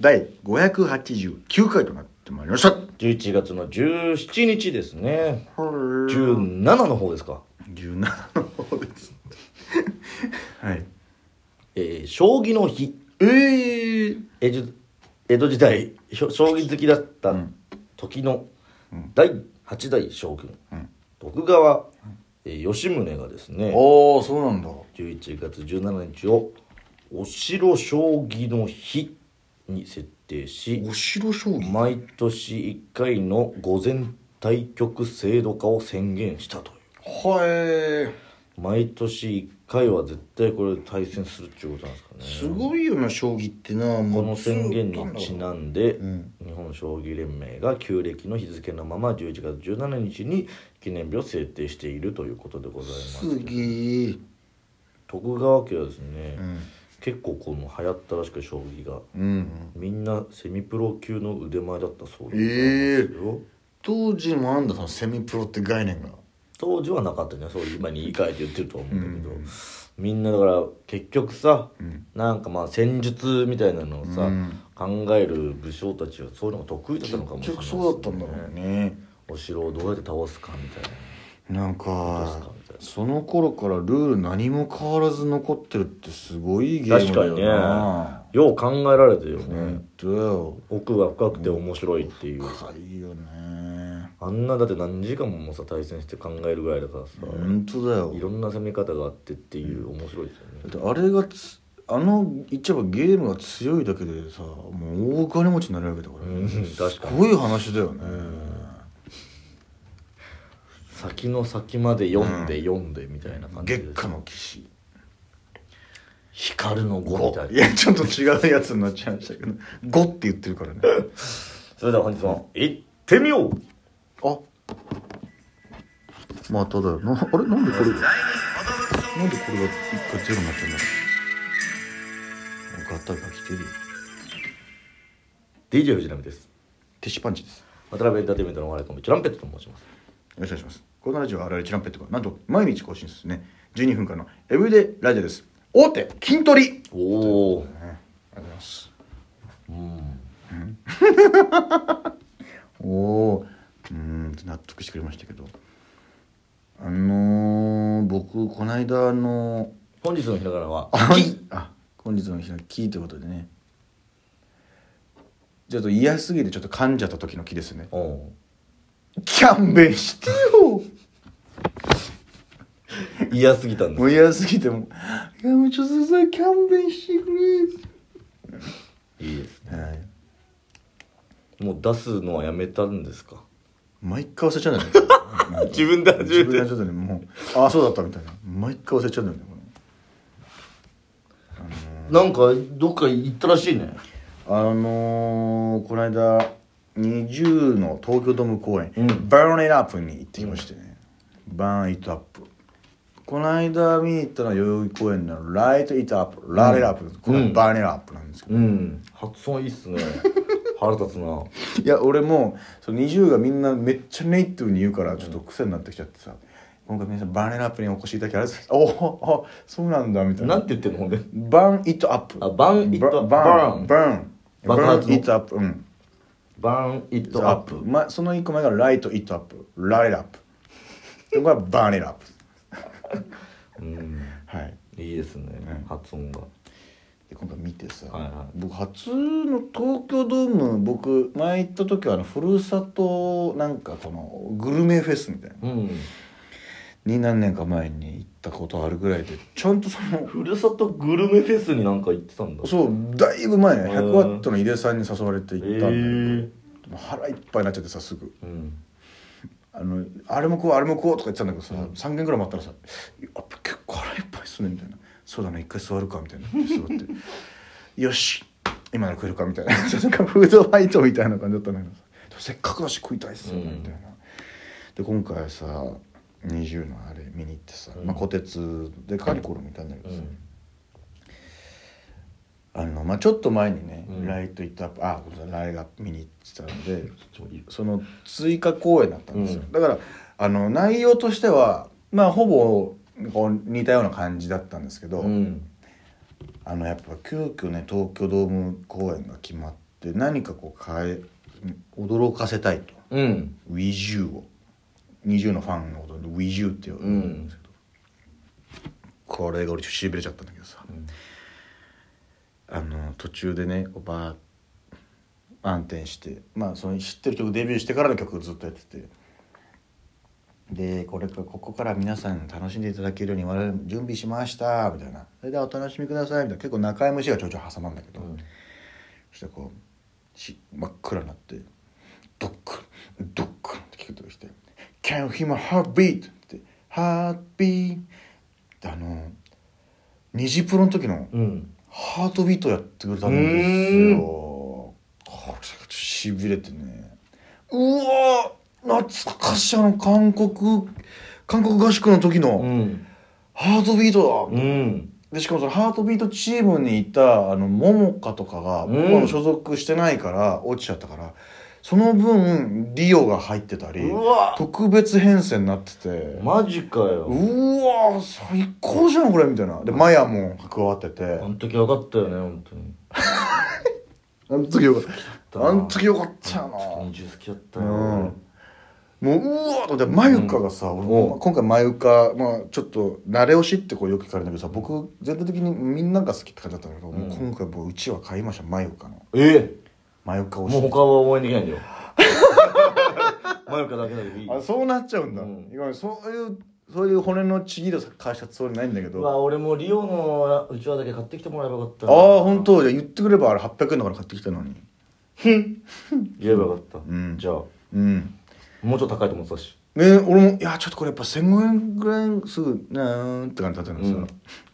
第589回となってまいりました。 11月の17日ですね17 17の方ですか、の方です。はい。えー将棋の日えー、江戸江戸時代ひょ将棋好きだった時の第8代将軍、うん徳川、えー吉宗がですねああ、そうなんだ。 11月17日をお城将棋の日に設定しお城将棋。毎年1回の午前対局制度化を宣言したというはえ毎年1回は絶対これ対戦するっていうことなんですかねー。すごいよな、将棋ってな。もこうの宣言にずちっとなんで、ん日本将棋連盟が旧暦の日付のまま11月17日に記念日を制定しているということでございまなすんだすげー。徳川家はですね、うん。結構この流行ったらしく将棋がうん。みんなセミプロ級の腕前だったそうでええございますよ当時もあんだ、そのセミプロって概念が。当時はなかったねそう今に言い換えて言ってるとは思うんだけど、みんなだから結局さ、んなんかまあ戦術みたいなのをさ、うん考える武将たちはそういうのが得意だったのかもし結れない局そですうだったんだろうね。お城をどうやって倒すかみたいななんどうすかかみたいなその頃からルール何も変わらず残ってるってすごいゲームだよなよう考えられてるよね、本当だよ奥が深くて面白いっていう、深いよねあんなだって何時間もさ対戦して考えるぐらいだからさ、本当だよいろんな攻め方があってっていう面白いですよね、だってあれがつあの言っちゃえばゲームが強いだけでさもう大金持ちになれるわけだから、うん確かにすごい話だよね、先の先まで読んで読んでみたいな感じ月で下の騎士光の語みたいいなやちょっと違うやつになっちゃいましたけど「ゴ」って言ってるからねそれでは本日も行ってみようあまただよなあれなんでこれなんでこれが一回ゼロになっちゃうんだろうガタが来てるよ DJ 藤波ですティッシュパンチです渡辺エンターテインメントのお笑いコンビチュランペットと申しますよろしくお願いしますこのラジオはあられチランペットがなんと毎日更新ですね12分間のエブリデイラジオです大手筋トレねおおありがとうございますうんおおうーん納得してくれましたけどあのー、僕この間あのー本日のひらがなはああ本日の日の木ということでねちょっと嫌すぎてちょっと噛んじゃった時の木ですねおう勘弁してよ嫌すぎたんでもうす嫌すぎてもいやもうちょっとさ勘弁してくいいですねれ、はい、もう出すのはやめたんですか毎回忘れちゃうんだよね自分で初めて自分で初めてねもうああそうだったみたいな毎回忘れちゃうんだよねこれなんかどっか行ったらしいねあのー、この間20の東京ドーム公演、うんバーン・イット・アップに行ってきましてね、バーン・イット・アップこの間見に行ったのは代々木公園のライト・イット・アップラーレラップ、こうのんバーン・イット・アップなんですけど、うん発音いいっす ね腹立つないや俺もその20がみんなめっちゃネイティブに言うからちょっと癖になってきちゃってさ、今回皆さんバーン・イット・アップにお越しいただきありがとうございますおおあそうなんだみたいななんて言ってんのほんでバーン・イット・アップあバーンイットバーン・ババーン・バー爆ン・発のイット・アップうんバーンイットアアッッププま、その1個前がライトイットアップライラップそこがバーネラップうんはいいいですね、うん発音がで今回見てさ、はいはい僕初の東京ドーム僕前行った時はあのふるさとなんかこのグルメフェスみたいなうんに何年か前に行ったことあるぐらいでちゃんとそのふるさとグルメフェスになんか行ってたんだそうだいぶ前ねうん100ワットの井出さんに誘われて行ったんだけど、えもう腹いっぱいになっちゃってさすぐえうんあのあれもこうあれもこうとか言ってたんだけどさ、3軒ぐらい待ったらさ「やっぱ結構あれいっぱいっすね」みたいな「そうだね一回座るか」みたいな座って 「よし今なら食えるか」みたいな なんかフードファイトみたいな感じだったんだけどさでもせっかくだし食いたいっすよね、うみんたいなで今回さ20のあれ見に行ってさ、うんまあ、虎鉄でカリコロ見たんだけうどさ、んあのまあ、ちょっと前にね、うんライトイットアップあごめんなさいライトアップ見に行ってたんでちょいいその追加公演だったんですよ、うんだからあの内容としてはまあほぼこう似たような感じだったんですけど、うんあのやっぱ急遽ね東京ドーム公演が決まっで何かこう変え驚かせたいとうん「WeJu」を20のファンのことで「WeJu」って呼ぶんですけど、これが俺ちょっとしびれちゃったんだけどさ、あの途中でねおばあ暗転してまあその知ってる曲デビューしてからの曲をずっとやっててでこれからここから皆さん楽しんでいただけるように我々準備しましたみたいなそれではお楽しみくださいみたいな結構中山氏がちょいちょい挟まんだけど、そしてこうし真っ暗になってドックンドックンって聞こえてきて「Can you hear my heartbeat?」って「Heartbeat」ってあの虹プロの時のうんうんハートビートやってくれたんですよこれがしびれてねうわー懐かしいあの韓国韓国合宿の時うのんハートビートだ、うんでしかもそのハートビートチームにいたあの桃花とかがうん僕はもう所属してないから落ちちゃったから、その分リオが入ってたりうわ特別編成になっててマジかようわ最高じゃんこれみたいなでマヤも加わっててあの時分かったよね本当にあの時よかっだたなあの時よかったよな二重好きだったうよ、んもううわーってまゆかがさ、俺もお今回まゆか、まあ、ちょっと慣れ押しってこうよく聞かれるんだけどさ僕全体的にみんなが好きって感じだったんだけど、んもう今回僕うちは買いましたまゆかのえまゆか推えもうし他は応援できないんだよマヨカだけだけどいいあそうなっちゃうんだ、うんごめんそういうそういう骨のちぎりを会社そうにないんだけうどあわ俺もリオのうちわだけ買ってきてもらえばよかったあなー本当じゃあ言ってくればあれ800円だから買ってきたのに言えばよかった、んじゃあもうんうちょっと高いと思ってたしね俺もいやちょっとこれやっぱ1500円ぐらいすぐなーんって感じだったのうさ、ん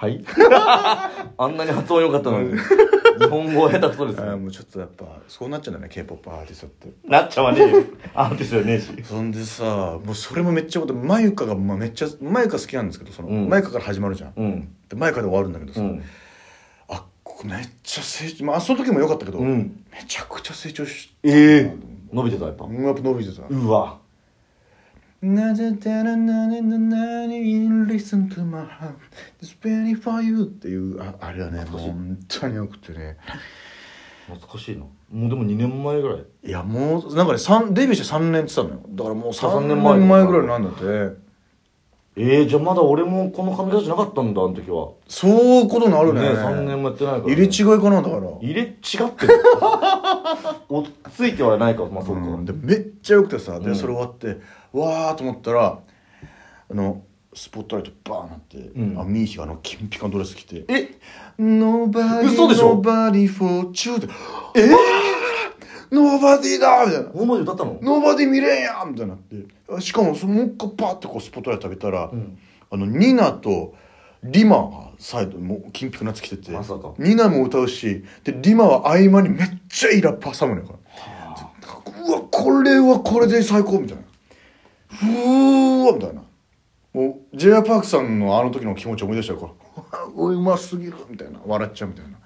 はい あんなに発音良かったのに日本語下手くそですあーねもうちょっとやっぱそうなっちゃうんだね k p o p アーティストってなっちゃわねえよアーティストじゃねえしそんでさもうそれもめっちゃことまゆかがまあめっちゃまゆか好きなんですけどその、うんまゆかから始まるじゃんうんでまゆかで終わるんだけどうさ、んあこめっちゃ成長まあその時も良かったけど、うんめちゃくちゃ成長しええ伸びてたやっぱうんやっぱ伸びてたうわなぜだらなにななに Listen to my heart It's ready for you っていうああれはねもう本当によくてね懐かしいなもうでも2年前ぐらいいやもうなんかね三デビューして3年って言ってたのよだからもう3 3年年前前ぐらいなんだってええじゃあまだ俺もこの髪型じゃなかったんだあの時はそういうことになるね3年もやってないから、入れ違いかなだから入れ違ってる おついてはないかまあそうか、うんでめっちゃよくてさうでんそれ終わってわーと思ったらあのスポットライトバーンなって、んあミーヒがあの金ピカのドレス着てえ「Nobody 嘘でしょ Nobody for you」って「えー、Nobody だ!」みたいな大文字歌ったの「Nobody 見れんや!」みたいになってあしかもそのもう一回パーってこうスポットライト浴びたら、んあのニナとリマがサイドにもう金ピカなつ着ててまさかニナも歌うしでリマは合間にめっちゃいいラッパー挟むのよこれうわこれはこれで最高みたいなふーわみたいなもう j r パークさんのあの時の気持ち思い出しちゃうからうわうますぎるみたいな笑っちゃうみたいな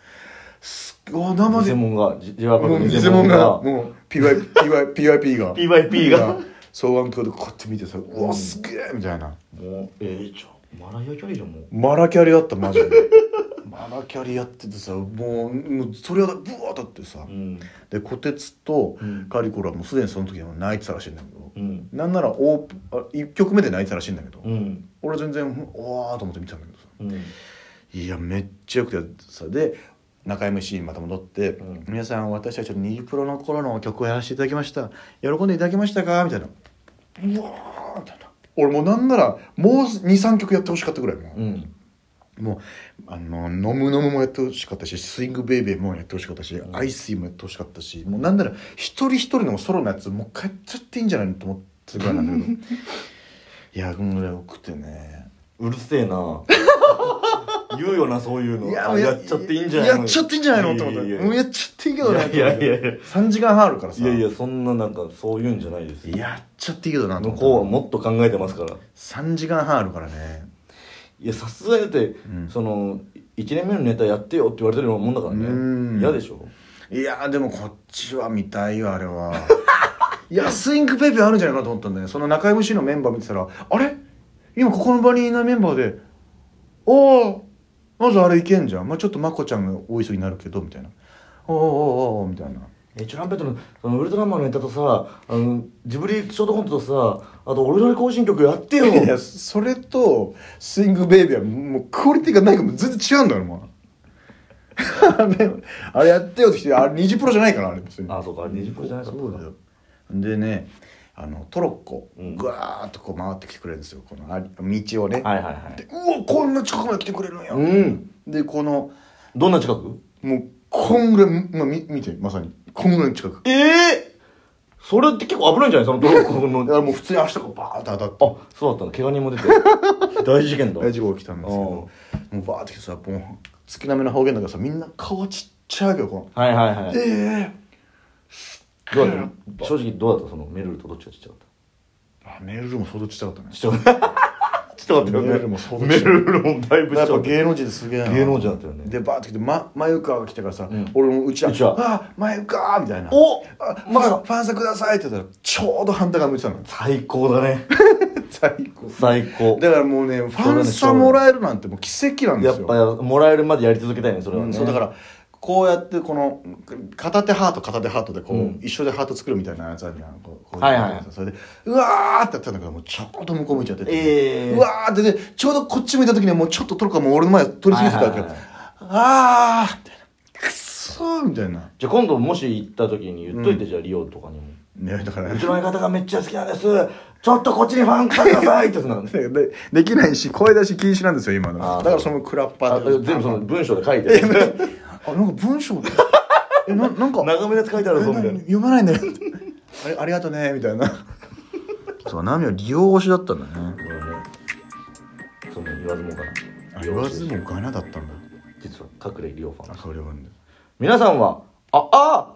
すっごい生で偽物がジジェラパもコうの偽物がもう PY PY PYP が PYP が双眼鏡でこうやって見てさうわすげえみたいなもうええじゃんマライアキャリーじゃんもうマラキャリだったマジ でマラキャリやっててさもうもうそれはブワーだってさ、んで小鉄とうんカリコラもすでにその時はもう泣いてたらしいんだけど、うんなんならオープあ1曲目で泣いてたらしいんだけど、うん俺は全然ふんおわーと思って見てたんだけどさうんいやめっちゃよくてさで中山シーンまた戻って、ん皆さん私たちのニープロの頃の曲をやらせていただきました喜んでいただけましたかみたいなうわーみたいな俺もうなんならもう23曲やってほしかったぐらいもう、うんもうあの「飲む飲む」もやってほしかったし「スイングベイベー」もやってほしかったし「アイスイ」もやってほしかったしもうなんなら一人一人のソロのやつもう一回やっちゃっていいんじゃないのと思ってるぐらいなん だけどいやぐらい多くてねうるせえな 言うよなそういうのあやっちゃっていいんじゃないのやっちゃっていいんじゃないのと思っていやいやいやもうやっちゃっていいけどないやいやいや3時間半あるからさいやいやそんななんかそういうんじゃないですよやっちゃっていいけどなと思向ってこうはもっと考えてますから3時間半あるからねいやさすがにだって、その1年目のネタやってよって言われてるようなもんだからうんね嫌でしょいやーでもこっちは見たいよあれは いやスイングペーペーあるんじゃないかなと思ったんだよその中 MC のメンバー見てたらあれ今ここの場にいないメンバーでおおまずあれいけんじゃん、まあ、ちょっとまこちゃんが大急ぎになるけどみたいなおーおーおーおーみたいなえチュランペットのそのウルトラマンのネタとさあのジブリショートコントとさあと俺の行進曲やってよいやそれとスイングベイビーはもうクオリティがないから全然違うんだよもうあれ あれやってよって来てあれニジプロじゃないからあれ別にあそうかニジプロじゃないかそうだよでねあのトロッコうんぐわーっとこう回ってきてくれるんですよこのあり道をね、はいはいはいでうわこんな近くまで来てくれるんや、うんでこのどんな近くもうこんぐらい、まあ、み見てまさにこんぐらいの近くええそれって結構危ないんじゃないそのドロッコだかのらもう普通に足とかバーッと当たってあそうだったの怪我人も出 て大事件だ大事故起きたんですけどもうバーッて来てさもう月並みの方言だからさみんな顔ちっちゃいわけよこのはいはいはいえどうだった正直どうだったそのメルルとどっちがちっちゃかっえあメールルも相当ちっちゃかったね たちょっとちょっと待ってよメルルもそうだしメルルもだいぶちやっぱっちゃかった芸能人ですげえな芸能人だったよねでバーって来て、ま、眉川が来たからさ、ん俺もうちはうちわあ眉川みたいなおあままだだファンサくださいって言ったらちょうど反対が向いてたの最高だね最高最高だからもうねファンサもらえるなんてもう奇跡なんでやっすよぱもらえるまでやり続けたいねそれはうねんそうだからこうやってこの片手ハート片手ハートでこう、うん一緒でハート作るみたいなやつあるじゃんこうこうはいはいはいそれでうわーってやったんだけどもうちょうど向こう向いちゃってて、ええうわーってでちょうどこっち向いた時にはもうちょっとトロカもう俺の前取り過ぎてたわけよ、はいはいはいあーみたいなくっそーみたいなじゃあ今度もし行った時に言っといて、じゃあリオとかにもねだからうちの相方がめっちゃ好きなんですちょっとこっちにファンくださいってそんなのでできないし声出し禁止なんですよ今のあーだからそのクラッパあー全で 部その文章で書いてあなんか文章でえななんか長めで書いてあるぞみたいな読まないんだよあれありがとねみたいなそうナミは利用越しだったんだねごめんねその言わずもがなあ言わずもガナだったんだ実は隠れリオファあンそれはね皆さんはああ